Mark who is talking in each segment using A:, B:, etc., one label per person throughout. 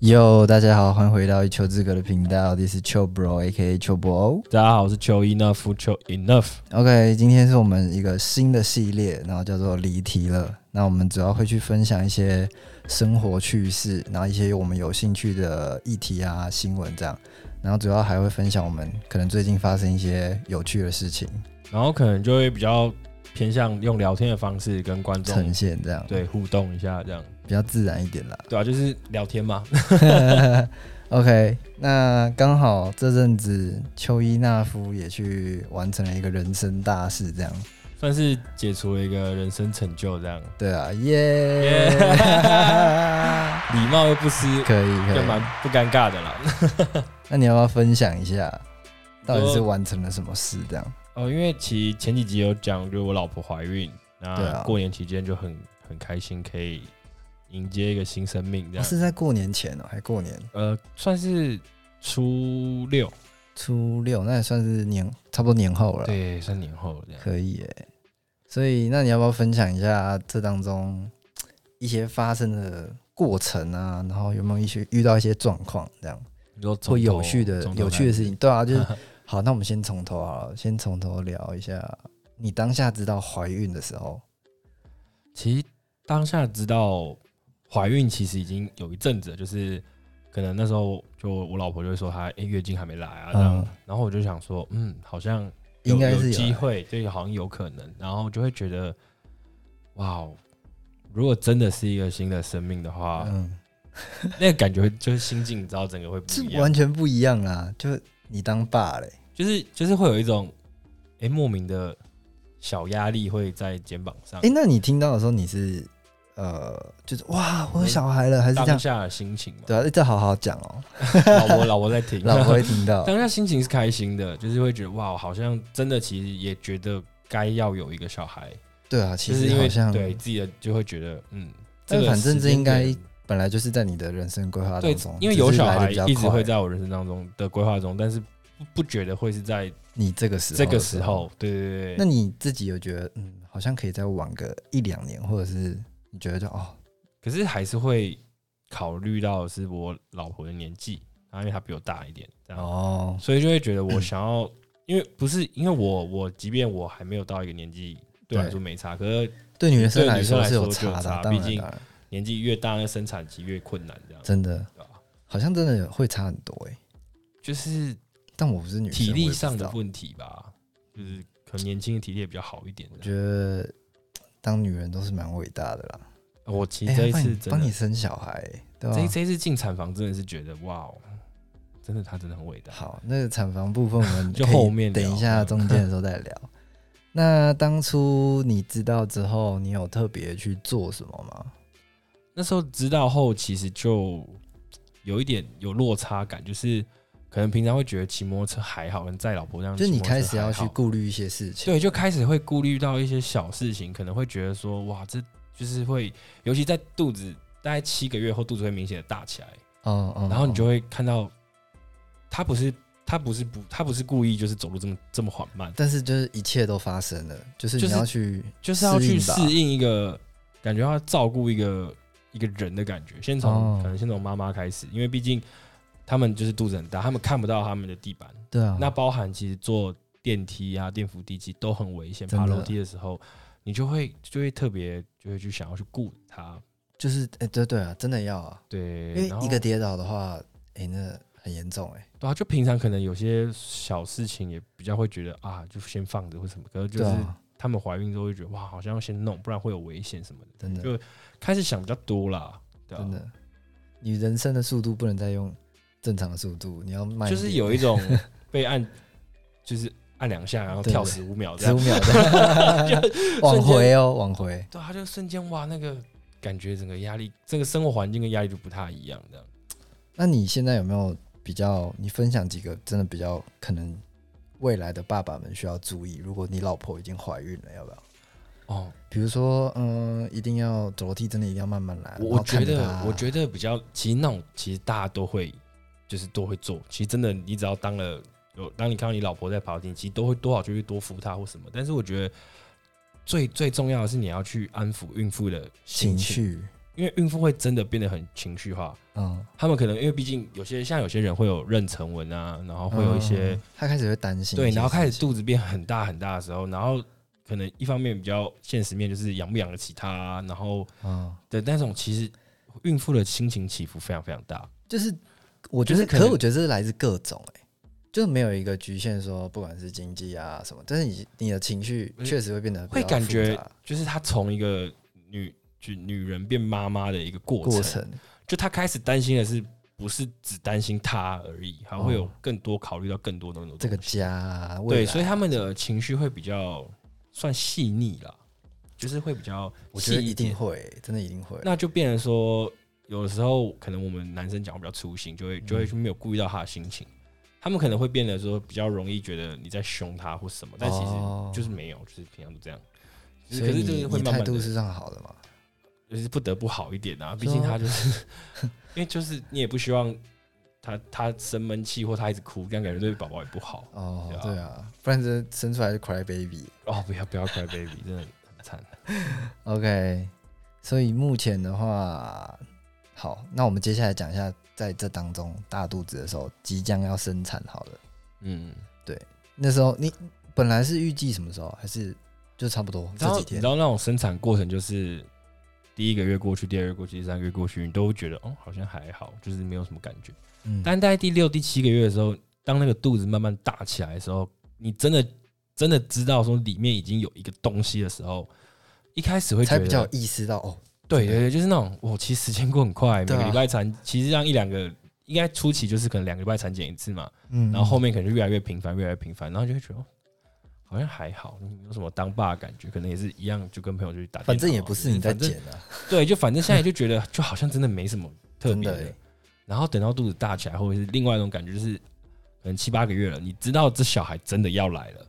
A: 哟，大家好，欢迎回到一丘之隔的频道，This is 丘 Bro A.K.A 丘 Bro。
B: 大家好，我是邱 enough 邱 enough。
A: OK，今天是我们一个新的系列，然后叫做离题了。那我们主要会去分享一些生活趣事，然后一些我们有兴趣的议题啊、新闻这样。然后主要还会分享我们可能最近发生一些有趣的事情
B: 然后可能就会比较偏向用聊天的方式跟观众
A: 呈现，这样
B: 对互动一下，这样
A: 比较自然一点啦。
B: 对啊，就是聊天嘛。
A: OK，那刚好这阵子丘伊纳夫也去完成了一个人生大事，这样。
B: 算是解除了一个人生成就，这样
A: 对啊，耶、
B: 耶礼貌又不失，
A: 可以可
B: 就
A: 以。
B: 蛮不尴尬的啦。
A: 那你要不要分享一下， 到底是
B: 说
A: 完成了什么事？这样
B: 哦，因为其实前几集有讲，就是我老婆怀孕，
A: 对
B: 那
A: 啊
B: 过年期间就很很开心，可以迎接一个新生命，
A: 哦
B: 这样
A: 是在过年前哦，还过年
B: 呃，算是初六，
A: 初六，那也算是年差不多年后了。，
B: 对，三年后这样。
A: 可以耶。所以，那你要不要分享一下这当中一些发生的过程啊？然后有没有一些遇到一些状况这样？
B: 你说从
A: 或有
B: 头
A: 趣的
B: 从头
A: 有趣的
B: 开
A: 事情，对 啊，就是好，那我们先从头好了，先从头聊一下，你当下知道怀孕的时候，
B: 其实当下知道怀孕，其实已经有一阵子了，就是可能那时候就我老婆就会说她、诶月经还没来啊这样，
A: 嗯
B: 然后我就想说，嗯，好像有
A: 应该是
B: 有
A: 有
B: 机会，对，好像有可能，然后就会觉得，哇哦，如果真的是一个新的生命的话，
A: 嗯，
B: 那个感觉就是心境，你知道，整个会不
A: 这
B: 一样
A: 完，全不一样啦，就你当爸嘞，
B: 就是就是会有一种，哎、莫名的小压力会在肩膀上，
A: 哎、那你听到的时候你是呃，就是哇，我有小孩了，还是这
B: 当
A: 样？
B: 下的心情嘛，
A: 对啊，这好好讲 哦、
B: 老婆老婆在听，
A: 老婆会听到。
B: 当下心情是开心的，就是会觉得哇，好像真的其实也觉得该要有一个小孩，
A: 对啊，其
B: 就是
A: 实
B: 因
A: 好
B: 为
A: 像
B: 对自己的就会觉得嗯，
A: 但
B: 这个
A: 反正
B: 时
A: 这
B: 间
A: 应该
B: 点
A: 本来就是在你的人生规划
B: 对
A: 当中，，
B: 因为有
A: 只是
B: 小
A: 来得
B: 孩
A: 比较
B: 一直
A: 快
B: 会在我人生当中的规划中，但是不不觉得会是在
A: 你这个时候
B: 这
A: 的
B: 个时。候，对对对
A: 那
B: 对。
A: 你自己有觉得嗯，好像可以再晚个一两年，或者是你觉得就哦，
B: 可是还是会考虑到是我老婆的年纪，然后因为她比我大一点，然后
A: 哦，
B: 所以就会觉得我想要，因为不是因为我我即便我还没有到一个年纪，对我来
A: 对
B: 说没差，可是
A: 对女生
B: 对
A: 来
B: 女生
A: 说
B: 来
A: 是有
B: 说就有
A: 差的啊，
B: 差
A: 当然
B: 毕竟
A: 当然
B: 年纪越大，那生产期越困难，这样
A: 真的
B: 对吧
A: 好像真的有会差很多哎、
B: 就是
A: 但我不是女生，
B: 体
A: 我也
B: 力
A: 不知
B: 上的
A: 道
B: 问题吧，就是可能年轻的体力也比较好一点。
A: 我
B: 这样
A: 觉得嘖当女人都是蛮伟大的啦。
B: 呃我其
A: 哎
B: 实这
A: 还
B: 一
A: 帮你
B: 次真
A: 帮你
B: 的，
A: 生小孩、欸，对吧、
B: 这一这一次进产房真的是觉得哇哦，真的他真的很伟大。
A: 好，那个产房部分我 们
B: 就
A: 可以
B: 后面聊
A: 等一下中间的时候再聊。 那当初你知道之后，你有特别去做什么吗？
B: 那时候知道后，其实就有一点有落差感，就是可能平常会觉得骑摩托车还好，跟载老婆这样，
A: 就是你开始要去
B: 顾。
A: 顾虑一些事情，
B: 对，就开始会顾虑到一些小事情，可能会觉得说，哇，这就是会，尤其在肚子大概七个月后，肚子会明显的大起来，
A: 嗯嗯，
B: 然后你就
A: 嗯
B: 会看到，他不是他不是不他不是故意，就是走路这么这么缓慢，
A: 但是就是一切都发生了，就是
B: 就
A: 你
B: 是
A: 要去
B: 就是要去适
A: 吧
B: 应一啊个感觉，要照顾一个一个人的感觉。先从、
A: 哦
B: 可能先从妈妈开始，因为毕竟他们就是肚子很大，他们看不到他们的地板，
A: 对啊，
B: 那包含其实坐电梯啊、电扶梯其实都很危险，
A: 真的
B: 爬楼梯的时候，你就会就会特别就会去想要去顾它，
A: 就是哎、对对啊，真的要啊，因
B: 对，
A: 为
B: 然后
A: 一个跌倒的话，哎、那很严重哎、
B: 对啊，就平常可能有些小事情也比较会觉得啊，就先放着或什么，可是就
A: 对
B: 是
A: 啊，
B: 他们怀孕之后会觉得哇，好像要先弄，不然会有危险什么的，
A: 真的
B: 就开始想比较多啦，对啊
A: 真，的，你人生的速度不能再用正常的速度，你要慢一
B: 就
A: 点，
B: 是有一种被按就是按两下，然后
A: 对
B: 跳
A: 对
B: 十五秒这
A: 十
B: 样
A: 五，秒 的往回哦，往回，
B: 对啊，他就瞬间哇，那个感觉整个压力，这个生活环境跟压力就不太一样的。
A: 那你现在有没有比较？你分享几个真的比较可能未来的爸爸们需要注意？如果你老婆已经怀孕了，要不要？
B: 哦，
A: 比如说，嗯，一定要走楼梯，真的一定要慢慢来。然
B: 我我觉
A: 后看着她
B: 得，我觉得比较，其实那种其实大家都会，就是都会做。其实真的，你只要当了有，当你看到你老婆在跑楼梯，其实都会多少就会多扶她或什么。但是我觉得最最重要的是你要去安抚孕妇的
A: 情
B: 情，
A: 绪，
B: 因为孕妇会真的变得很情绪化，
A: 嗯，
B: 他们可能因为毕竟有些像有些人会有妊娠纹啊，然后会有一些、
A: 嗯他开始会担心一
B: 对，
A: 些事情，
B: 然后开始肚子变很大很大的时候，然后可能一方面比较现实面就是养不养得起它啊、然后
A: 嗯，
B: 对那种其实孕妇的心情起伏非常非常大，
A: 就是我觉得，
B: 就是可
A: 可
B: 能
A: 是我觉得这是来自各种哎、就是没有一个局限说，不管是经济啊什么，但是你你的情绪
B: 嗯
A: 确实会变得比
B: 会
A: 较
B: 感
A: 复
B: 觉
A: 杂
B: 就是她从一个女就女人变妈妈的一个过程，
A: 过程，
B: 就她开始担心的是不是只担心她而已，还会有
A: 哦
B: 更多考虑到更多的那种
A: 这个
B: 东西
A: 家啊、
B: 对，
A: 未来
B: 所以他们的情绪会比较算细腻啦，就是会比较
A: 我觉得
B: 细
A: 一定
B: 点
A: 会、欸真的一定会。
B: 那就变成说，有时候可能我们男生讲话比较粗心，就会就会没有顾虑到他的心情。他们可能会变得说比较容易觉得你在凶他或什么，但其实
A: 哦
B: 就是没有，就是平常都这样。
A: 所
B: 可
A: 以
B: 是就是
A: 你
B: 会
A: 你
B: 慢
A: 态
B: 慢
A: 度
B: 的，
A: 是上好的嘛？
B: 就是不得不好一点啊。
A: 说
B: 毕竟他就是， 因为就是你也不希望他他生闷气或他一直哭，这样感觉对宝宝也不好。
A: 哦
B: 对，啊
A: 对啊，不然这生出来就 cry baby。
B: 哦，不要不要 cry baby，真的很惨。
A: OK，所以目前的话，好，那我们接下来讲一下，在这当中大肚子的时候，即将要生产好了。
B: 嗯，
A: 那时候你本来是预计什么时候？还是就差不多
B: 你知
A: 这
B: 道
A: 几
B: 你
A: 天
B: 知？道那种生产过程就是第一个月过去，第二个月过去，第三个月过去，你都会觉得哦，好像还好，就是没有什么感觉。
A: 嗯，
B: 但在第六、第七个月的时候，当那个肚子慢慢大起来的时候，你真的真的知道说里面已经有一个东西的时候，一开始会觉
A: 才
B: 得
A: 比较有意识到哦，
B: 对对对，就是那种我其实时间过很快，每
A: 对啊
B: 个礼拜产，其实这样一两个。应该初期就是可能两个礼拜产检一次嘛，
A: 嗯，
B: 然后后面可能就越来越频繁，越来越频繁，然后就会觉得、哦、好像还好，没有什么当爸的感觉，可能也是一样，就跟朋友就去打电
A: 嗯
B: 脑啊。
A: 反正也不是你在
B: 反正
A: 减啊，
B: 对，就反正现在就觉得就好像真的没什么特
A: 真
B: 别
A: 的
B: 的
A: 欸。，
B: 然后等到肚子大起来，或者是另外一种感觉，就是可能七八个月了，你知道这小孩真的要来了，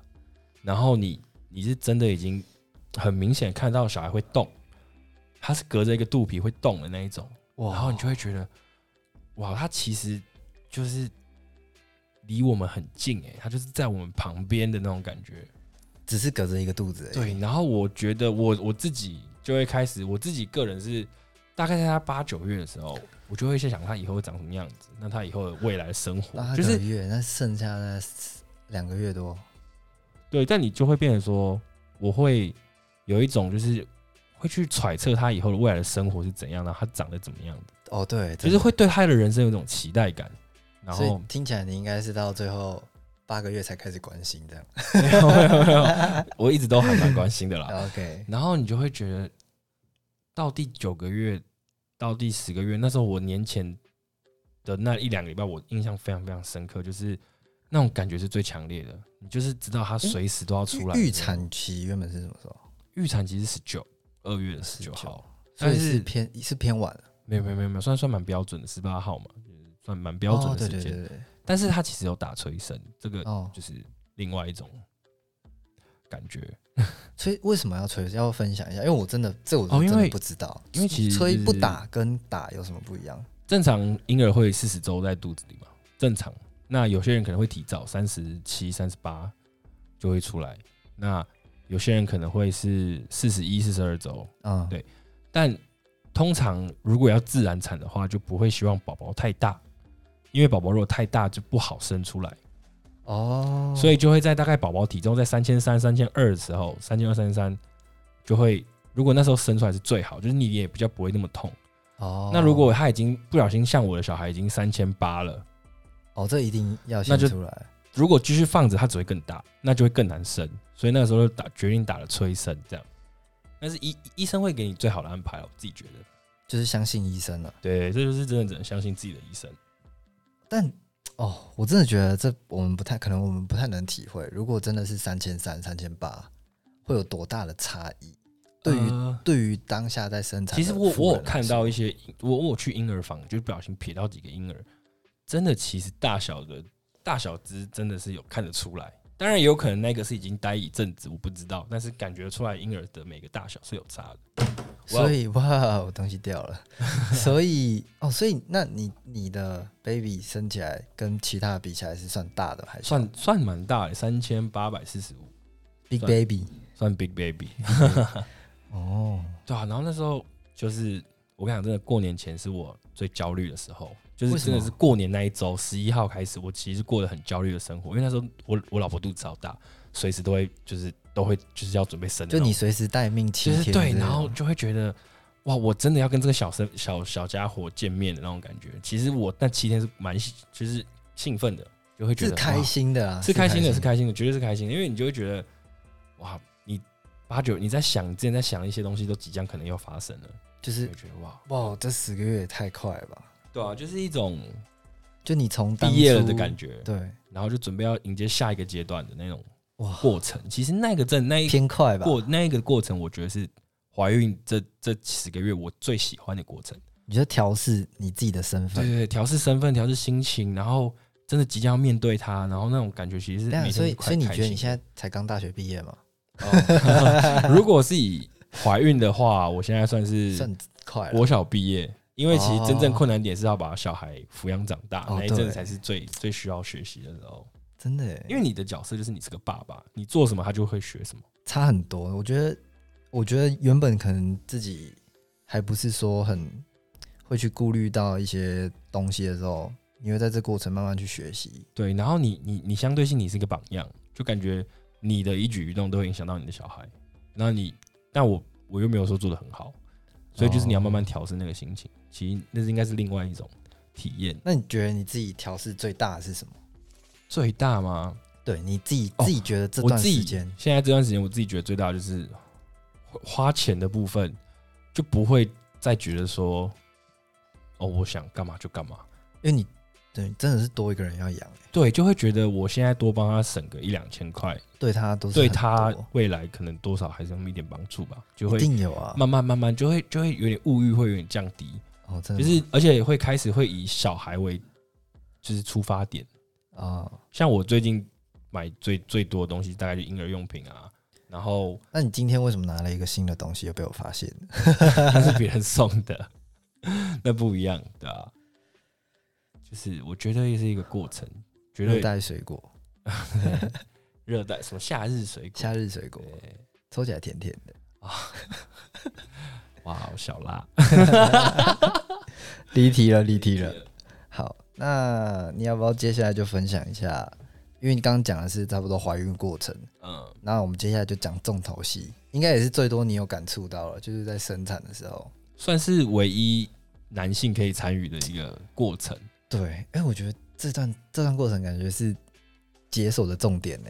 B: 然后你你是真的已经很明显看到小孩会动，他是隔着一个肚皮会动的那一种，
A: 哇，
B: 然后你就会觉得哇，他其实就是离我们很近哎、他就是在我们旁边的那种感觉。
A: 只是隔着一个肚子而已，
B: 对，然后我觉得我我自己就会开始，我自己个人是大概在他八九月的时候，我就会在想他以后会长什么样子，那他以后的未来的生活
A: 那他
B: 就
A: 九个
B: 是
A: 月，那剩下的两个月多，
B: 对，但你就会变成说，我会有一种就是会去揣测他以后的未来的生活是怎样的，他长得怎么样的，
A: 哦，对，
B: 就是会对他的人生有一种期待感。然
A: 真的，所
B: 后
A: 以听起来你应该是到最后八个月才开始关心这样。
B: 没有没有没 有，我一直都还蛮关心的啦。
A: OK，
B: 然后你就会觉得，到第九个月，到第十个月，那时候我年前的那一两个礼拜，我印象非常非常深刻，就是那种感觉是最强烈的。你就是知道它随时都要出来。
A: 预预，产期原本是什么时候？
B: 预产其实十九，二月的十九号，
A: 所以
B: 但是
A: 是偏是偏晚了，
B: 没有没有没有没有，算算蛮标准的，十八号嘛，就是算蛮标准
A: 哦
B: 的
A: 对
B: 时
A: 对
B: 间。
A: 对对，
B: 但是它其实有打催生，这个
A: 哦，
B: 就是另外一种感觉。
A: 所以为什么要催？要分享一下，因为我真的这我
B: 哦
A: 真
B: 因
A: 的
B: 为
A: 不知道，
B: 因为其实
A: 催
B: 就是
A: 不打跟打有什么不一样？
B: 正常婴儿会四十周在肚子里嘛，正常。那有些人可能会提早，三十七、三十八就会出来。那有些人可能会是四十一、四十二周，
A: 嗯，
B: 对但通常如果要自然产的话，就不会希望宝宝太大，因为宝宝如果太大就不好生出来，
A: 哦，
B: 所以就会在大概宝宝体重在三千三、三千二的时候，三千二、三千三就会，如果那时候生出来是最好，就是你也比较不会那么痛。
A: 哦，
B: 那如果他已经不小心像我的小孩已经三千八了。
A: 哦，这一定要
B: 那
A: 先
B: 就
A: 出来，
B: 如果继续放着，它只会更大，那就会更难生。所以那个时候就打决定打了催生这样。但是医医生会给你最好的安排，我自己觉得。
A: 就是相信医生了。
B: 对，这就是真的只能相信自己的医生。
A: 但哦，我真的觉得这我们不太可能，我们不太能体会。如果真的是三千三、三千八，会有多大的差异？对于、
B: 呃
A: 对于当下在生产的
B: 其实
A: 妇人来
B: 我
A: 说，
B: 我有看到一些，我我有去婴儿房，就不小心瞥到几个婴儿，真的其实大小的大小只真的是有看得出来。当然也有可能那个是已经待一阵子，我不知道，但是感觉出来婴儿的每个大小是有差的。哦
A: 所以哇，我东西掉 了。所以哦，所以那你你的 baby 生起来跟其他的比起来是算大的还是
B: 算算蛮大的，三千八百四十五，
A: big
B: 算
A: baby？
B: 算 big baby。
A: 哦，
B: 嗯对啊，然后那时候就是我我跟你讲，真的过年前是我最焦虑的时候，就是
A: 为什
B: 真的
A: 么
B: 是过年那一周，十一号开始，我其实过得很焦虑的生活，因为那时候我我老婆肚子好大，随时都会就是都会就是要准备生的那
A: 就
B: 种，
A: 你随时待命七
B: 就
A: 天
B: 是
A: 之类的，
B: 对，然后就会觉得哇，我真的要跟这个小生小小家伙见面的那种感觉。其实我那七天是蛮就是兴奋的，就会觉
A: 是
B: 得
A: 开
B: 哇
A: 心的啊，
B: 是开心的，是
A: 开
B: 开心的，绝对是开心的，因为你就会觉得，哇，你八九你在想，你之前在想一些东西都即将可能要发生了，
A: 就
B: 就是会觉得哇，
A: 哇，这十个月也太快了吧！
B: 对啊，就是一种
A: 就你从
B: 毕业了的
A: 觉，
B: 感觉，
A: 对，
B: 然后就准备要迎接下一个阶段的那种
A: 哇，
B: 过程。其实那个阵那一
A: 偏快吧？
B: 过那一个过程，我觉得是怀孕这这十个月我最喜欢的过程。
A: 你就调试你自己的身
B: 对
A: 份，
B: 对对，调试身份，调试心情，然后真的即将要面对它，然后那种感觉其实是
A: 这样，
B: 每
A: 啊
B: 天
A: 所以
B: 都
A: 所以你
B: 快
A: 觉得你
B: 开心
A: 现在才刚大学毕业嘛，
B: 哦 如果是以怀孕的话，我现在算是
A: 算快了
B: 国。小毕业，因为其实真正困难点是要把小孩抚养长大，
A: 哦
B: 那一阵
A: 对
B: 子才是最最需要学习的时候。
A: 真的耶，
B: 因为你的角色就是你是个爸爸，你做什么他就会学什么。
A: 差很多。我觉得，我觉得原本可能自己还不是说很会去顾虑到一些东西的时候，你会在这过程慢慢去学习。
B: 对，然后你你你相对性你是一个榜样，就感觉你的一举一动都会影响到你的小孩。那你但我我又没有说做的很好，所以就是你要慢慢调试那个心情。其实那是应该是另外一种体验。
A: 那你觉得你自己调试最大的是什么？
B: 最大吗？
A: 对你自己、
B: 哦
A: 自己觉得这
B: 我
A: 段
B: 自己
A: 时间，
B: 现在这段时间，我自己觉得最大的就是花花钱的部分，就不会再觉得说，哦，我想干嘛就干嘛。
A: 因为你对真的是多一个人要养，欸
B: 对，就会觉得我现在多帮他省个一两千块，
A: 对他都是
B: 对
A: 很
B: 他
A: 多
B: 未来可能多少还是有一点帮助吧，就
A: 一
B: 会
A: 定有啊。
B: 慢慢慢慢就会就会有点物欲会有点降低，
A: 哦，真的
B: 就
A: 吗
B: 是而且会开始会以小孩为就是出发点，
A: 哦，
B: 像我最近买最最多的东西大概就婴儿用品啊，然后
A: 那你今天为什么拿了一个新的东西又被我发现？
B: 那是别人送的， 那不一样的、啊。就是我觉得也是一个过程，绝
A: 热
B: 对
A: 带水果，
B: 热带什么夏日水果，
A: 夏日水果，
B: 对
A: 抽起来甜甜的，
B: 哇，好小辣，
A: 离题了，离题了。好，那你要不要接下来就分享一下？因为你刚刚讲的是差不多怀孕过程，
B: 嗯，
A: 那我们接下来就讲重头戏，应该也是最多你有感触到了，就是在生产的时候。
B: 算是唯一男性可以参与的一个过程。
A: 对，哎、我觉得这段这段过程感觉是解锁的重点呢、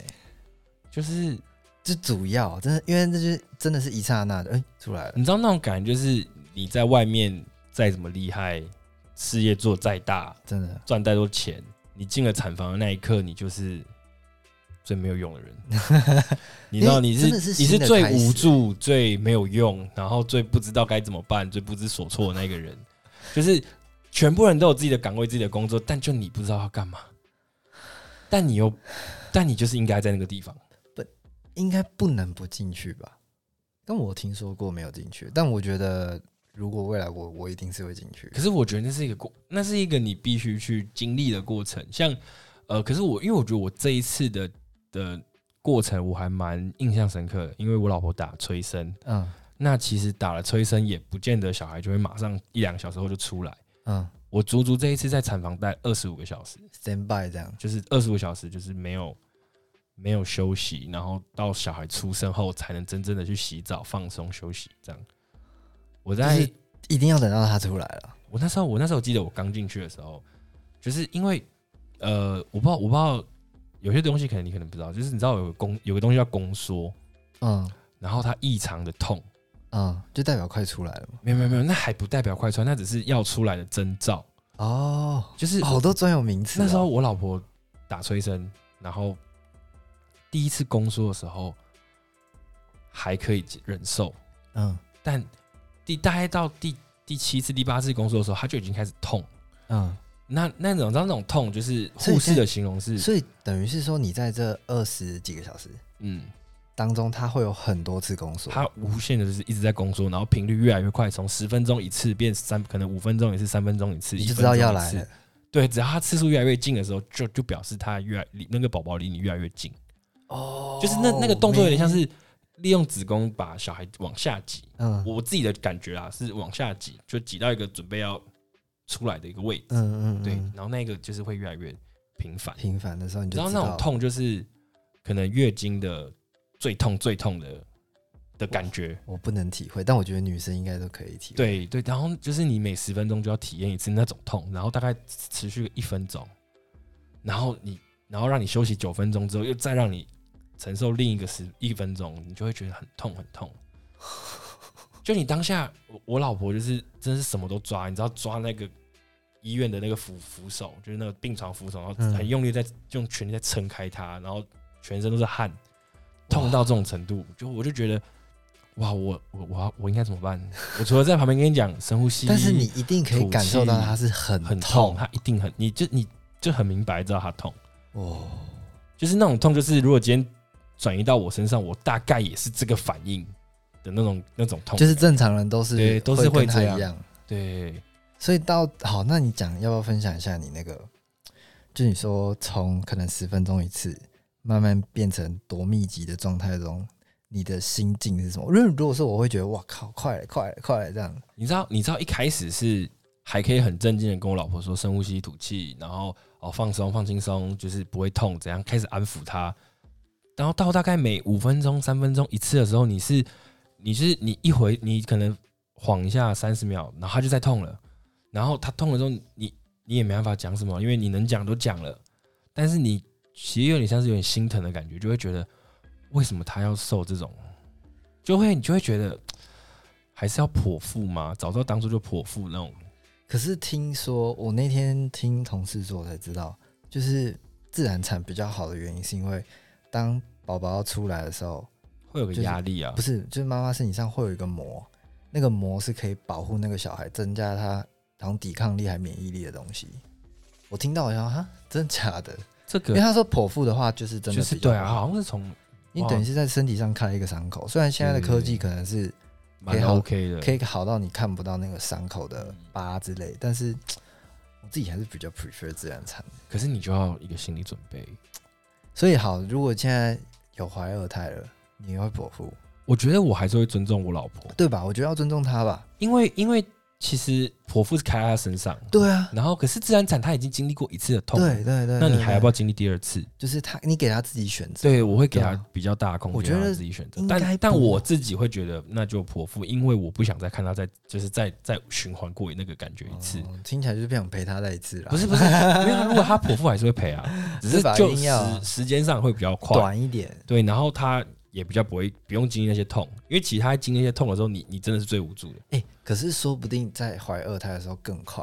B: 就是
A: 这主要真的，因为这就是真的是一刹那的，哎、出来了，
B: 你知道那种感觉，就是你在外面再怎么厉害，事业做再大，
A: 真的，
B: 赚再多钱，你进了产房的那一刻，你就是最没有用的人。你知道
A: 因为
B: 你
A: 真
B: 是
A: 的是
B: 你
A: 新
B: 是
A: 的
B: 最
A: 开始
B: 无助、最没有用，然后最不知道该怎么办、最不知所措的那个人，就是全部人都有自己的岗位、自己的工作，但就你不知道要干嘛，但你又，但你就是应该在那个地方。
A: 应该不能不进去吧？但我听说过没有进去，但我觉得如果未来我我一定是会进去。
B: 可是我觉得那是一个过，那是一个你必须去经历的过程。像呃，可是我因为我觉得我这一次的的过程我还蛮印象深刻的，因为我老婆打催生，
A: 嗯
B: 那其实打了催生也不见得小孩就会马上一两个小时后就出来。
A: 嗯
B: 我足足这一次在产房待二十五个小时，
A: ，stand by 这样，
B: 就是二十五小时，就是没有没有休息，然后到小孩出生后才能真正的去洗澡、放松、休息这样。我在、
A: 就是一定要等到他出来了。
B: 我那时候，我那时候记得我刚进去的时候，就是因为呃，我不知道，我不知道有些东西可能你可能不知道，就是你知道有个宫有个东西叫宫缩，
A: 嗯，
B: 然后它异常的痛，
A: 嗯，就代表快出来了嘛。
B: 没有没有没有，那还不代表快穿，那只是要出来的征兆。
A: 哦，
B: 就是
A: 好多专有名词哦、
B: 那时候我老婆打催生，然后第一次宫缩的时候还可以忍受，
A: 嗯，
B: 但第大概到第第七次、第八次宫缩的时候，她就已经开始痛。
A: 嗯
B: 那那种，你知道那种痛，就是
A: 所以
B: 护士
A: 现在
B: 的形容是
A: 嗯，，所以等于是说，你在这二十几个小时
B: 嗯，
A: 当中，它会有很多次宫缩。
B: 它无限的就是一直在宫缩，然后频率越来越快，从十分钟一次变三，可能五分钟一次，三分钟一次，
A: 你
B: 一
A: 就
B: 分
A: 知道
B: 钟
A: 要
B: 一
A: 来
B: 次
A: 了。
B: 对，只要它次数越来越近的时候，就就表示它越来离那个宝宝离你越来越近，
A: 哦
B: 就是那那个动作有点像是利用子宫把小孩往下挤，
A: 嗯
B: 我自己的感觉啊是往下挤，就挤到一个准备要出来的一个位置，
A: 嗯嗯，
B: 对
A: 嗯，
B: 然后那个就是会越来越频繁。
A: 频繁的时候你
B: 你
A: 就
B: 知道那种痛就是可能月经的最痛最痛的的感觉，
A: 我不能体会，但我觉得女生应该都可以体会。，
B: 对对，然后就是你每十分钟就要体验一次那种痛，然后大概持续一分钟，然后你然后让你休息九分钟之后，又再让你承受另一个十一分钟，你就会觉得很痛很痛。 就你当下，我我老婆就是真是什么都抓，你知道抓那个医院的那个扶扶手，就是那个病床扶手，然后
A: 嗯
B: 很用力在用全力在撑开它，然后全身都是汗，痛到这种程度，就我就觉得，哇，我我我要我应该怎么办？ 我除了在旁边跟你讲深呼吸，
A: 但是你一定可以感受到它是很
B: 很痛，
A: 痛
B: 他一定很，你就你就很明白知道他痛，
A: 哦，
B: 就是那种痛，就是如果今天转移到我身上，我大概也是这个反应的那种那种痛，
A: 就是正常人都是
B: 对都是
A: 会
B: 会
A: 跟他
B: 这
A: 一
B: 样
A: 样。
B: 对，
A: 所以到好，那你讲要不要分享一下你那个？就你说从可能十分钟一次，慢慢变成多密集的状态中，你的心境是什么？因为如果说我会觉得哇靠，快了，快了，快了这样，
B: 你知道你知道一开始是还可以很正经的跟我老婆说深呼吸吐气，然后哦放松放轻松，就是不会痛，怎样开始安抚她，然后到大概每五分钟三分钟一次的时候，你是你是你一回你可能晃一下三十秒，然后它就再痛了，然后它痛了之后你你也没办法讲什么，因为你能讲都讲了，但是你其实有点像是有点心疼的感觉，就会觉得为什么他要受这种，就会你就会觉得还是要剖腹吗？早知道当初就剖腹那种，
A: 可是听说我那天听同事说才知道，就是自然产比较好的原因，是因为当宝宝要出来的时候，
B: 会有个
A: 就是
B: 压力啊
A: 不。是，就是妈妈身体上会有一个膜，那个膜是可以保护那个小孩，增加他好像抵抗力还免疫力的东西。我听到好像哈，真的假的？
B: 这
A: 因为
B: 个
A: 他说剖腹的话，就是真的
B: 就是
A: 比较
B: 对啊，
A: 好，
B: 好像是从
A: 因为等于是在身体上开了一个伤口。虽然现在的科技可能是
B: 蛮
A: 可以好
B: OK 的，
A: 可以好到你看不到那个伤口的疤之类，但是我自己还是比较 prefer 自然产。
B: 可是你就要一个心理准备。
A: 所以好，如果现在有怀二胎了，你也会剖腹，
B: 我觉得我还是会尊重我老婆，
A: 对吧？我觉得要尊重她吧。
B: 因为因为其实剖腹是开在她身上，
A: 对啊，
B: 然后可是自然产她已经经历过一次的痛，
A: 对对对
B: 那你还要不
A: 要？
B: 要经历第二次？
A: 就是他，你给他自己选择。
B: 对，我会给
A: 对
B: 她
A: 啊
B: 比较大的空
A: 我
B: 间，
A: 觉得
B: 让她自己选择
A: 应。该
B: 但
A: 不
B: 但我自己会觉得那就剖腹，因为我不想再看她再就是再再循环过那个感觉一次。
A: 哦听起来就是不想陪他再一次了。
B: 不是不是， 没有啊，如果她剖腹还是会赔啊，只是
A: 对吧一
B: 就
A: 定要啊
B: 时时间上会比较快。
A: 短一点，
B: 对，然后她也比较不会不用经历那些痛，因为其实她经历那些痛的时候，你你真的是最无助的。
A: 哎、可是说不定在怀二胎的时候更快，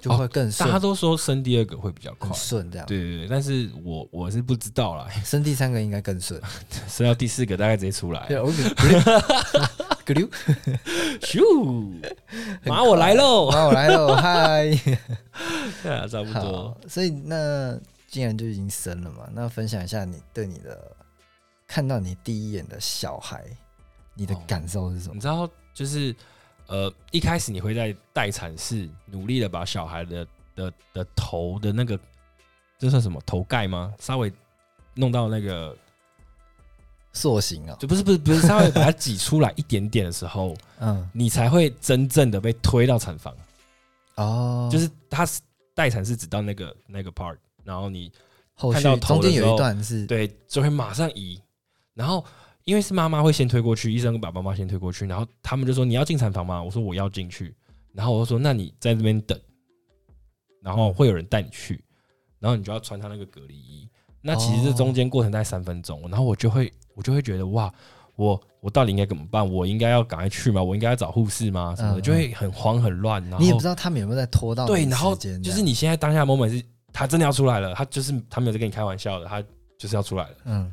A: 就会更
B: 哦大
A: 顺，
B: 家都说生第二个会比较快
A: 很，顺这样。
B: 对对对，但是我我是不知道啦，
A: 生第三个应该更顺。
B: 生到第四个大概直接出来
A: 对，，我咕 溜，
B: 咻，妈我来 喽，
A: 妈，我来了，嗨。
B: 对啊，差不多
A: 好。，所以那既然就已经生了嘛，那分享一下你对你的看到你第一眼的小孩，你的
B: 哦
A: 感受是什么
B: 你？知道，就是呃，一开始你会在待产室努力的把小孩的的的头的那个，这算什么头盖吗？稍微弄到那个，
A: 塑形啊、
B: 就不是不是不是，稍微把它挤出来一点点的时候，
A: 嗯，
B: 你才会真正的被推到产房。
A: 哦，
B: 就是它是待产是只到那个那个 part，然后你
A: 哦后续
B: 看到
A: 中
B: 头的
A: 间有
B: 时
A: 一
B: 候
A: 段是，
B: 对就会马上移，然后。因为是妈妈会先推过去，医生跟爸爸妈妈先推过去，然后他们就说你要进产房吗？我说我要进去，然后我就说那你在这边等，然
A: 嗯
B: 后会有人带你去，然后你就要穿他那个隔离衣。那其
A: 哦
B: 实这中间过程大概三分钟，然后我就会我就会觉得哇，我我到底应该怎么办？我应该要赶快去吗？我应该要找护士吗？什么的，
A: 嗯
B: 就会很慌很乱。然后
A: 你也不知道他们有没有在拖到
B: 对，
A: 你
B: 然后
A: 时间
B: 就
A: 这
B: 是
A: 样，
B: 你现在当下的 moment 是他真的要出来了，他就是他没有在跟你开玩笑的，他就是要出来了。
A: 嗯，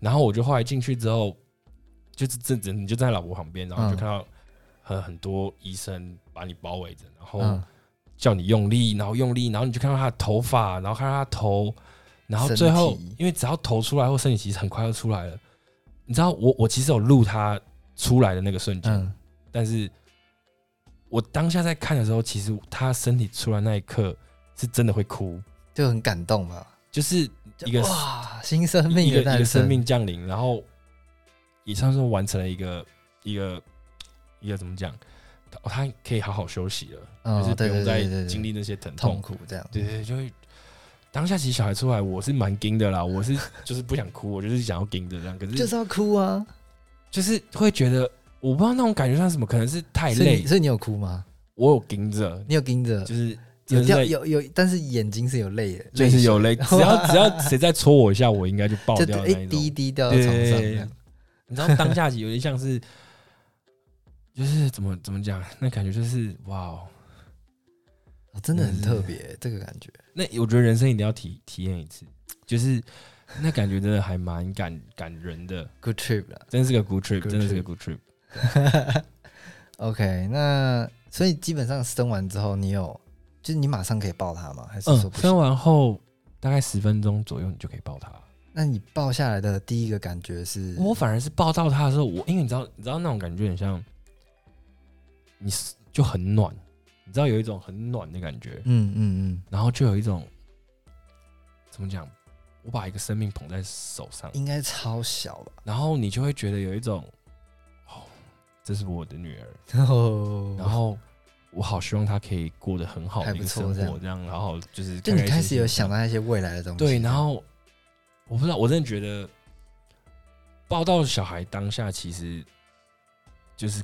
B: 然后我就后来进去之后，就是这这你就站在老婆旁边，然后
A: 嗯
B: 就看到很很多医生把你包围着，然后
A: 嗯
B: 叫你用力，然后用力，然后你就看到他的头发，然后看到他的头，然后
A: 身
B: 最后
A: 体
B: 因为只要头出来或身体其实很快就出来了，你知道我我其实有录他出来的那个瞬间，
A: 嗯，
B: 但是我当下在看的时候，其实他身体出来那一刻是真的会哭，
A: 就很感动吧。
B: 就是
A: 就
B: 一个
A: 哇，新生命
B: 一个
A: 的
B: 一
A: 诞
B: 个
A: 生
B: 生，命降临，然后也算是完成了一个一个一个怎么讲，他他可以好好休息了，
A: 嗯，
B: 就是不
A: 对
B: 用
A: 对对
B: 再
A: 对
B: 经
A: 对，
B: 历那些疼
A: 痛
B: 痛。
A: 苦这样，
B: 对对对，就会当下其实小孩出来，我是蛮惊的啦，我是就是不想哭，我就是想要惊的这样，可
A: 就是是要哭啊。
B: 就是会觉得我不知道那种感觉像什么，可能是太
A: 所以
B: 累
A: 你，所以你有哭吗？
B: 我有惊着，
A: 你有盯着，
B: 就是
A: 有
B: 真的
A: 掉
B: 是
A: 有有，但是眼睛是有泪的，
B: 就是有泪，
A: 水
B: 只要只要谁再戳我一下，我应该就爆
A: 就哎
B: 掉的
A: 一
B: 那一
A: 滴一
B: 种。
A: 滴掉到床上这样。
B: 你知道当下有点像是，就是怎么怎么讲，那感觉就是哇哦，
A: 哦真的很
B: 嗯
A: 特别，这个感觉。
B: 那我觉得人生一定要体体验一次，就是那感觉真的还蛮感感人的，
A: Good trip 啦。
B: 真是个 good trip，
A: Good
B: 真的是
A: trip
B: 个 good trip。
A: OK，那所以基本上生完之后，你有就是你马上可以抱他吗？还是说
B: 嗯，
A: 不行？
B: 分完后大概十分钟左右，你就可以抱他。
A: 那你抱下来的第一个感觉是，
B: 我反而是抱到他的时候，我因为你知道，你知道那种感觉很像，你是就很暖，你知道有一种很暖的感觉，
A: 嗯嗯嗯，
B: 然后就有一种怎么讲，我把一个生命捧在手上，
A: 应该超小吧？
B: 然后你就会觉得有一种，哦，这是我的女儿，
A: 哦
B: 然后我好希望她可以过得很好的一个生
A: 还不错这
B: 活，
A: 样
B: 这样，然后就是
A: 就你
B: 开开
A: 开
B: 心
A: 始
B: 心
A: 有想到一些未来的东西，
B: 对，然后我不知道，我真的觉得抱到小孩当下，其实就是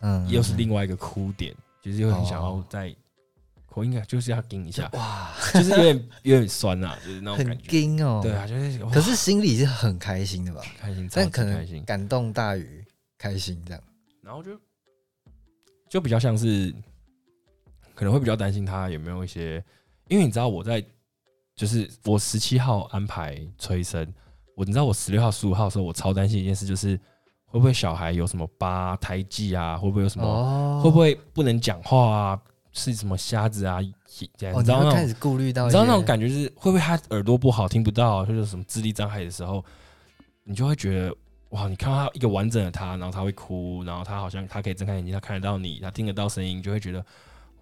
A: 嗯
B: 又是
A: 嗯
B: 另外一个哭点，就是又很想要
A: 哦
B: 再，我应该就是要顶一
A: 就，
B: 下
A: 哇，
B: 就是有点有点酸呐、就是那种
A: 很
B: 感觉。
A: 惊哦，
B: 对，啊，就是哇
A: 可是心里是很开心的吧？
B: 开心，超
A: 但
B: 级
A: 可
B: 开
A: 能
B: 心，
A: 感动大于开心这样。
B: 然后就就比较像是可能会比较担心他有没有一些，因为你知道我在就是我十七号安排催生，我你知道我十六号、十五号的时候，我超担心一件事，就是会不会小孩有什么八胎记啊，会不会有什么，
A: 哦
B: 会不？会不能讲话啊，是什么瞎子啊，这样
A: 哦，
B: 你知
A: 你
B: 道
A: 会
B: 那
A: 开
B: 种。
A: 始顾虑到，
B: 你知道那种，感觉就是会不会他耳朵不好听不到、或者有什么智力障碍的时候，你就会觉得哇，你看到他一个完整的他，然后他会哭，然后他好像他可以睁开眼睛，他看得到你，他听得到声音，就会觉得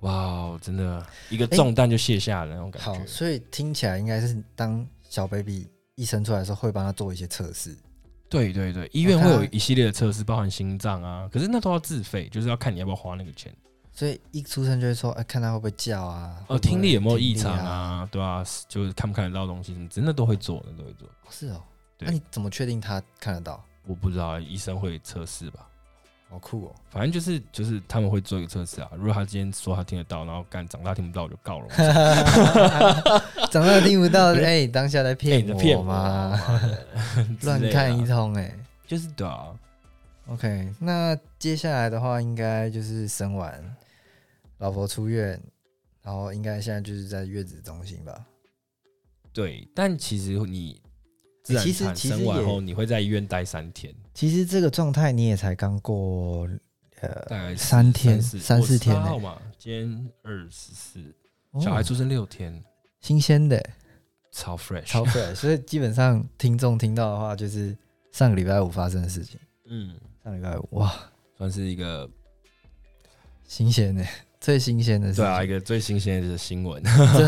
B: 哇，真的一个重担就卸下了那种感
A: 好，
B: 觉。
A: 所以听起来应该是当小 baby 一生出来的时候，会帮他做一些测试。
B: 对对对，医院会有一系列的测试，包含心脏啊，可是那都要自费，就是要看你要不要花那个钱。
A: 所以一出生就会说，哎、看他会不会叫啊？会不
B: 哦，
A: 会
B: 听力有没有异
A: 听力
B: 常
A: 啊？
B: 啊？对啊，就是看不看得到东西什么，真的都会做，那都会做。
A: 哦是哦，
B: 对
A: 那、你怎么确定他看得 到？
B: 我不知道医生会测试吧。
A: 好酷哦！
B: 反正就是就是他们会做一个测试啊，如果他今天说他听得到，然后干长大听不到，我就告了我。
A: 长大听不到， 哎、当下在
B: 哎
A: 骗
B: 你在骗我啊
A: 吗？
B: 之
A: 乱
B: 类的啊
A: 看一通、哎。
B: 就是的、啊，
A: OK，那接下来的话，应该就是生完老婆出院，然后应该现在就是在月子中心吧？
B: 对。但其实你自然
A: 其实
B: 产
A: 其实
B: 生完
A: 也
B: 后，你会在医院待三天，
A: 其实这个状态你也才刚过
B: 大概
A: 呃
B: 是
A: 三天、
B: 四
A: 三
B: 我
A: 四天
B: 18
A: 呢、
B: 号嘛，今天二十四，
A: 哦
B: 小孩出生六天，
A: 新鲜 的、
B: 超 fresh，
A: 超 fresh，所以基本上听众听到的话，就是上个礼拜五发生的事情。
B: 嗯，
A: 上礼拜五哇，
B: 算是一个
A: 新鲜的、最新鲜的事情，
B: 对啊，一个最新鲜的 新闻，
A: 最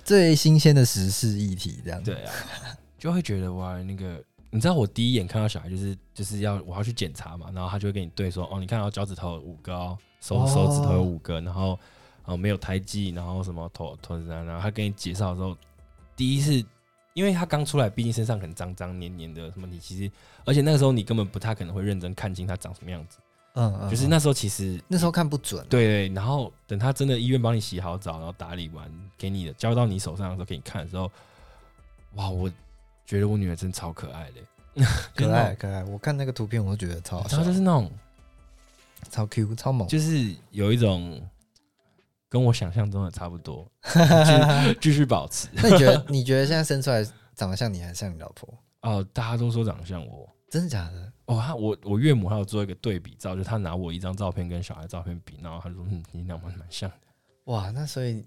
A: 最新鲜的时事议题这样子。
B: 对啊，就会觉得哇，那个你知道我第一眼看到小孩就是就是要我要去检查嘛，然后他就会跟你对说，哦，你看到脚趾头有五个哦，手
A: 哦
B: 手指头有五个，然后哦没有胎记，然后什么头头子啊，然后他跟你介绍的时候，第一是因为他刚出来，毕竟身上很脏脏黏黏的，什么你其实而且那个时候你根本不太可能会认真看清他长什么样子，
A: 嗯嗯，
B: 就是
A: 嗯
B: 那时候其实
A: 那时候看不准，啊
B: 对，然后等他真的医院帮你洗好澡，然后打理完给你的交到你手上的时候，给你看的时候，哇，我觉得我女儿真超可爱的， 哦
A: 可爱可爱，我看那个图片我都觉得超好
B: 然
A: 笑
B: 后，就是那种，
A: 超 Q 超萌，
B: 就是有一种跟我想象中的差 不多，继续继续保持。
A: 那你觉 得你觉得现在生出来长得像你还是像你老婆？
B: 哦，大家都说长得像我。
A: 真的假的？
B: 哦，他我我岳母还有做一个对比照，就他拿我一张照片跟小孩照片比，然后他说，嗯，你俩蛮蛮像的，
A: 哇，那所以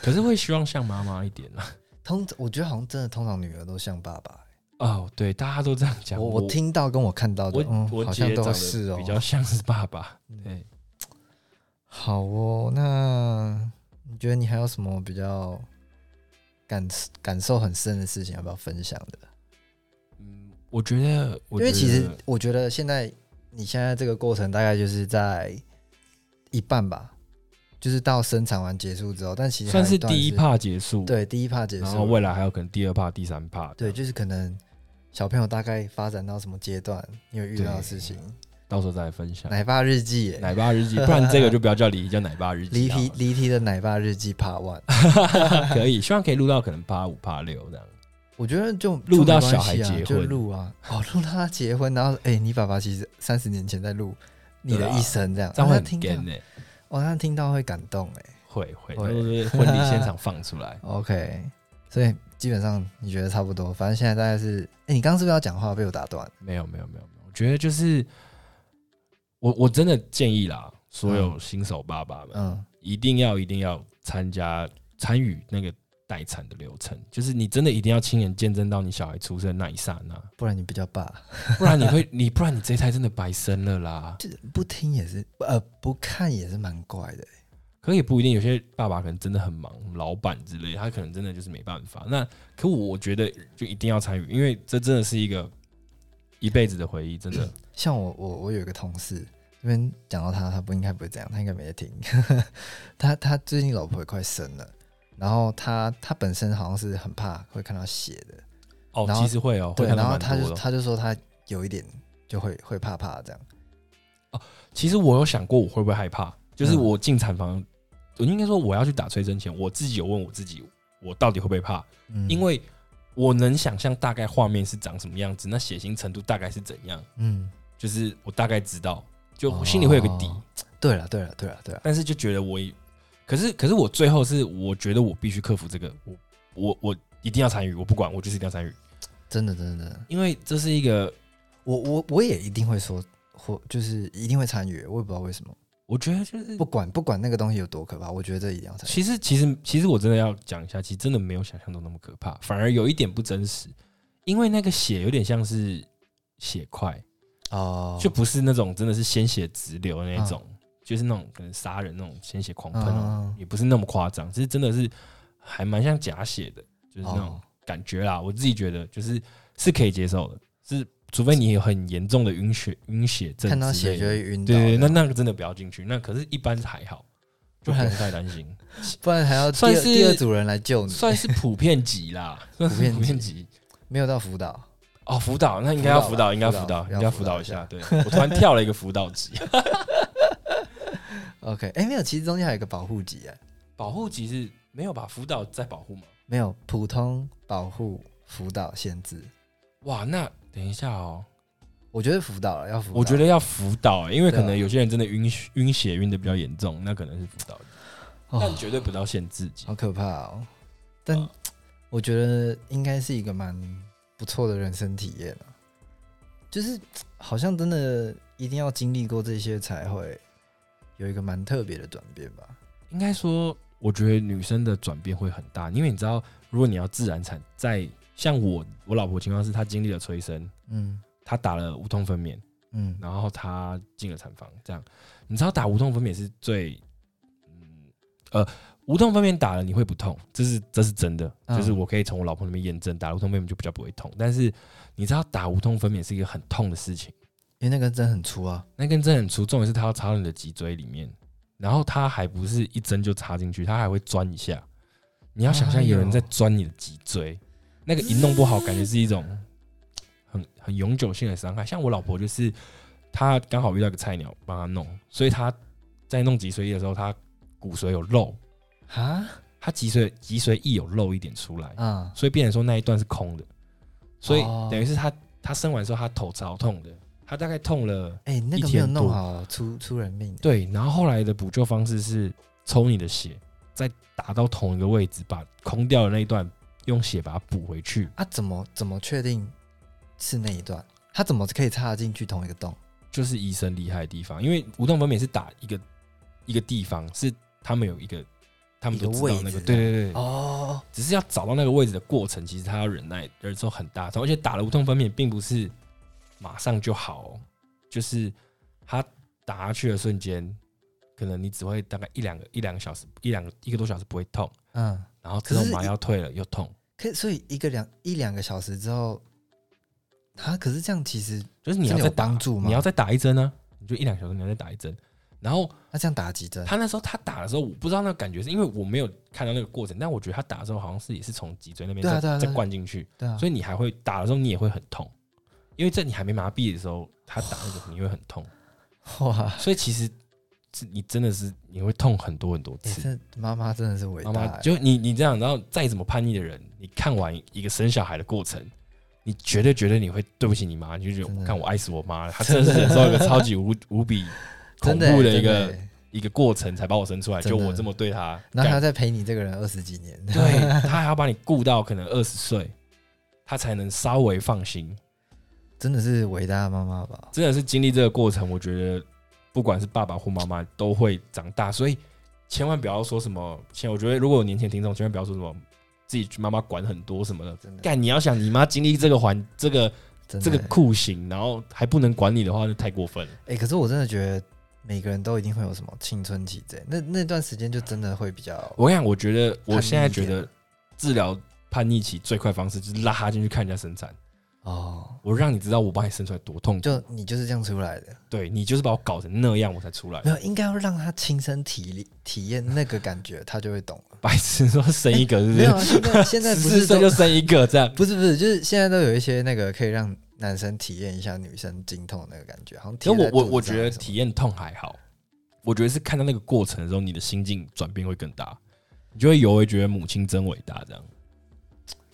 B: 可是会希望像妈妈一点啦。
A: 通我觉得好像真的通常女儿都像爸爸、
B: 哦，对，大家都这样讲。
A: 我
B: 我
A: 我听到跟我看到的，
B: 我、
A: 嗯，
B: 我
A: 好
B: 姐
A: 像
B: 长
A: 都
B: 得
A: 是哦。
B: 比较像是爸爸。
A: 嗯
B: 对，
A: 好哦，那你觉得你还有什么比较感感受很深的事情要不要分享的？
B: 嗯，我觉得，我
A: 因为
B: 觉
A: 其实
B: 得
A: 我觉得现在你现在这个过程大概就是在一半吧，就是到生产完结束之后，但其实还
B: 算
A: 有
B: 是
A: 段
B: 第一趴结束，，
A: 对第一趴结
B: 然后
A: 束，
B: 未来还有可能第二趴、第三趴，
A: 对，，就是可能小朋友大概发展到什么阶段，你有遇到的事情，
B: 到时候再来分享
A: 奶爸日记耶，
B: 奶爸日记，不然这个就不要叫离题，叫奶爸日记啊
A: 离
B: 好了，
A: 题离题的奶爸日记 Part One，
B: 可以，希望可以录到可能趴五趴六这样。
A: 我觉得就
B: 录
A: 就没
B: 到
A: 关
B: 小孩
A: 系啊
B: 结
A: 就
B: 婚
A: 录啊，哦，录到他结婚，然后哎、你爸爸其实三十年前在录你的
B: 对啊
A: 一生这样，
B: 这样会
A: 他
B: 很
A: 听
B: g
A: 到，
B: 呢、
A: 哇，他听到会感动哎、
B: 会会，
A: 会。
B: 就是婚礼现场放出来
A: OK，所以基本上你觉得差不多，反正现在大概是，哎、你刚刚是不是要讲话被我打断？
B: 没有没有没有没有，我觉得就是我我真的建议啦，所有新手爸爸们、
A: 嗯，
B: 一定要一定要参加参与那个待产的流程，就是你真的一定要亲眼见证到你小孩出生那一刹那，
A: 不然你不叫爸，
B: 不然你会 你不然你这一胎真的白生了啦。
A: 这不听也是，呃，不看也是蛮怪的、
B: 可也不一定，有些爸爸可能真的很忙，老板之类，他可能真的就是没办法。那可我觉得就一定要参与，因为这真的是一个一辈子的回 忆，真的。
A: 像我，我我有一个同事，这边讲到他，他不应该不会这样，他应该没在听。 他他最近老婆也快生了，然后他他本身好像是很怕会看到血的，
B: 哦，
A: 然后
B: 其实会哦，
A: 对，
B: 会看
A: 然后
B: 到蛮
A: 他
B: 多
A: 就
B: 的。
A: 他就说他有一点就会会怕怕这样，
B: 其实我有想过我会不会害怕，就是
A: 嗯
B: 我进产房，我应该说我要去打催生前，我自己有问我自己，我到底会不会怕？
A: 嗯
B: 因为我能想象大概画面是长什么样子，那血腥程度大概是怎样，
A: 嗯，
B: 就是我大概知道，就我心里会有个底。
A: 哦对了对了对了对了，
B: 但是就觉得我也，可是可是我最后是我觉得我必须克服这个，我我我一定要参与，我不管，我就是一定要参与，
A: 真的真的真的。
B: 因为这是一个
A: 我我我也一定会说，或就是一定会参与，我也不知道为什么，
B: 我觉得就是
A: 不管不管那个东西有多可怕，我觉得这一定要参与。
B: 嗯其实其实其实我真的要讲一下，其实真的没有想象中那么可怕，反而有一点不真实，因为那个血有点像是血块，
A: 哦
B: 就不是那种真的是鲜血直流的那种，就是那种可能杀人那种鲜血狂喷哦，
A: 嗯
B: 也不是那么夸张，其实真的是还蛮像假血的，就是那种
A: 哦
B: 感觉啦。我自己觉得就是是可以接受的，是除非你有很严重的晕血晕血症之类的，
A: 看到血就会晕倒
B: 对对，对那
A: 的，
B: 那个真的不要进去，那可是一般还好，就不用太担 心，
A: 不然还要第
B: 算
A: 二
B: 是
A: 第二组人来救你，
B: 算是普遍级啦，算
A: 普
B: 是
A: 遍
B: 普
A: 级
B: 遍级。
A: 没有到辅导。
B: 哦，辅导那应该要辅
A: 辅
B: 导，
A: 导吧
B: 应该要
A: 辅
B: 辅
A: 导要
B: 导，应该要
A: 辅
B: 辅
A: 导
B: 导一
A: 一
B: 下。
A: 下
B: 对我突然跳了一个辅导级，
A: OK，哎、没有，其实中间还有一个保护级哎，
B: 保护级是没有吧？辅导在保护吗？
A: 没有普通保护辅导限制，
B: 哇，那等一下哦，
A: 我觉得辅导了要辅导，
B: 我觉
A: 得
B: 得要辅导、欸因为可
A: 对啊
B: 能有些人真的晕血晕血晕的比较严重，那可能是辅导，但
A: 哦，
B: 绝对不到限制级。
A: 好可怕哦。但、
B: 啊
A: 我觉得应该是一个蛮不错的人生体验啊，就是好像真的一定要经历过这些才会有一个蛮特别的转变吧。
B: 应该说，我觉得女生的转变会很大，因为你知道，如果你要自然产，在像我我老婆情况是，她经历了催生，
A: 嗯
B: 她打了无痛分娩，
A: 嗯，
B: 然后她进了产房，这样你知道打无痛分娩是最，嗯呃。无痛分娩打了你会不痛，这是这是真的，
A: 嗯
B: 就是我可以从我老婆那边验证，打无痛分娩就比较不会痛。但是你知道打无痛分娩是一个很痛的事情。
A: 因为那根针很粗啊。
B: 那根针很粗，重点是它要插到你的脊椎里面，然后它还不是一针就插进去，它还会钻一下。你要想象
A: 哎呦
B: 有人在钻你的脊椎，那个一弄不好，感觉是一种很很永久性的伤害。像我老婆就是，她刚好遇到一个菜鸟帮她弄，所以她在弄脊髓液的时候，她骨髓有漏，
A: 啊
B: 她脊髓脊髓液有漏一点出来，
A: 啊
B: 所以变成说那一段是空的，所以
A: 哦
B: 等于是她她生完之后，她头超痛的，她大概痛了。
A: 哎、那
B: 一
A: 个没
B: 天
A: 有弄
B: 多
A: 好，出出人命。
B: 对，然后后来的补救方式是抽你的血，再打到同一个位置，把空掉的那一段用血把它补回去。
A: 啊，怎么怎么确定是那一段？他怎么可以插得进去同一个洞？
B: 就是医生厉害的地方，因为无痛分娩是打一个一个地方，是他们有一个，他们
A: 一个
B: 都知道
A: 位
B: 那个，
A: 置
B: 对对对，
A: 哦，
B: 只是要找到那个位置的过程，其实他要忍耐，忍受很大痛，而且打了无痛分娩并不是马上就好哦、就是他打下去的瞬间，可能你只会大概一两个一两个小时，一两个一个多小时不会痛。
A: 嗯，
B: 然后自动麻药退了又痛，
A: 可以所以一个两一两个小时之后，啊，可是这样其实
B: 就是你
A: 真
B: 要
A: 的
B: 再
A: 有帮助吗
B: 你要再打一针呢、你就一两小时你要再打一针。然后
A: 那啊这样打几针？
B: 他那时候他打的时候，我不知道那个感觉是因为我没有看到那个过程，但我觉得他打的时候好像是也是从脊椎那边
A: 对啊
B: 再
A: 对啊对啊
B: 再灌进去，
A: 对啊，
B: 所以你还会打的时候你也会很痛，因为在你还没麻痹的时候，他打那个你会很痛，
A: 哇，
B: 所以其实是你真的是你会痛很多很多
A: 欸、
B: 次。
A: 这妈妈真的是伟大、
B: 妈
A: 欸，
B: 妈，就你你这样，然后再怎么叛逆的人，你看完一个生小孩的过程，你绝对绝对你会对不起你妈，你就觉
A: 真
B: 得
A: 的
B: 看我爱死我妈了，她真的是忍受一个超级无无比恐怖的
A: 真
B: 一个
A: 欸
B: 一个过程才把我生出来，
A: 真
B: 就
A: 的
B: 我这么对她，
A: 然后还要
B: 干
A: 再陪你这个人二十几年，
B: 对啊她还要把你顾到可能二十岁，她才能稍微放心。
A: 真的是伟大的妈妈吧？
B: 真的是经历这个过程，我觉得不管是爸爸或妈妈都会长大，所以千万不要说什么，千我觉得如果有年轻听众，千万不要说什么自己妈妈管很多什么的，
A: 真的，
B: 干，你要想你妈经历这个环这个
A: 真的
B: 这个
A: 欸
B: 酷刑，然后还不能管你的话，就太过分了。
A: 哎、可是我真的觉得每个人都一定会有什么青春期这那那段时间就真的会比较
B: 我跟你讲，我觉得我现在觉
A: 叛逆一
B: 得治疗叛逆期最快方式就是拉他进去看人家生产，
A: 哦，
B: 我让你知道我把你生出来多痛苦，
A: 就你就是这样出来的，
B: 对你就是把我搞成那样，我才 出来
A: 没。有应该要让他亲身体力体验那个感觉，他就会懂 了。
B: 白痴说生一个是不
A: 没有
B: 是？
A: 啊，现在现在
B: 十
A: 不
B: 四
A: 是
B: 岁
A: 都
B: 就生一个这 样，
A: 不是不是，就是现在都有一些那个可以让男生体验一下女生经痛那个感觉，好像
B: 其
A: 贴
B: 实我
A: 在
B: 我
A: 肚子
B: 我
A: 上
B: 觉得
A: 什么
B: 体验痛还好，我觉得是看到那个过程的时候，你的心境转变会更大，你就会尤为觉得母亲真伟大这样。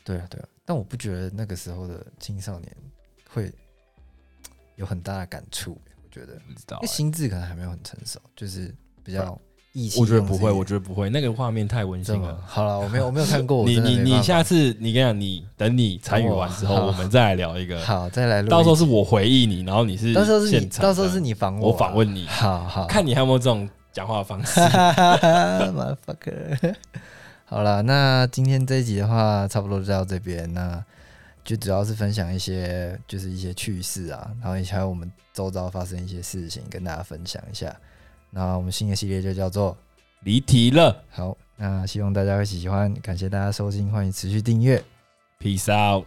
A: 对啊对啊，但我不觉得那个时候的青少年会有很大的感触，我觉得，
B: 不知道
A: 因为心智可能还没有很成熟，就是比较意气
B: 啊
A: 用
B: 我觉
A: 事
B: 得
A: 一点。
B: 不会，我觉得不会，那个画面太温馨
A: 这么
B: 了。
A: 好了，我没有我没有看过，我
B: 你
A: 真的
B: 你
A: 没办
B: 你
A: 法
B: 下次你跟你讲，你等你参与完之后，
A: 好
B: 我们再来聊一个。
A: 好再来录一集，
B: 到时候是我回忆你，然后你是
A: 到时候是你
B: 现场这样
A: 到时候是你访
B: 我
A: 啊
B: 访，问你，
A: 好好
B: 看你还有没有这种讲话的方式。
A: ，motherfucker。好了，那今天这一集的话，差不多就到这边。那就主要是分享一些，就是一些趣事啊，然后也还有我们周遭发生一些事情，跟大家分享一下。那我们新的系列就叫做
B: 离题了
A: 好，那希望大家会喜欢，感谢大家收听，欢迎持续订阅。
B: ，peace out。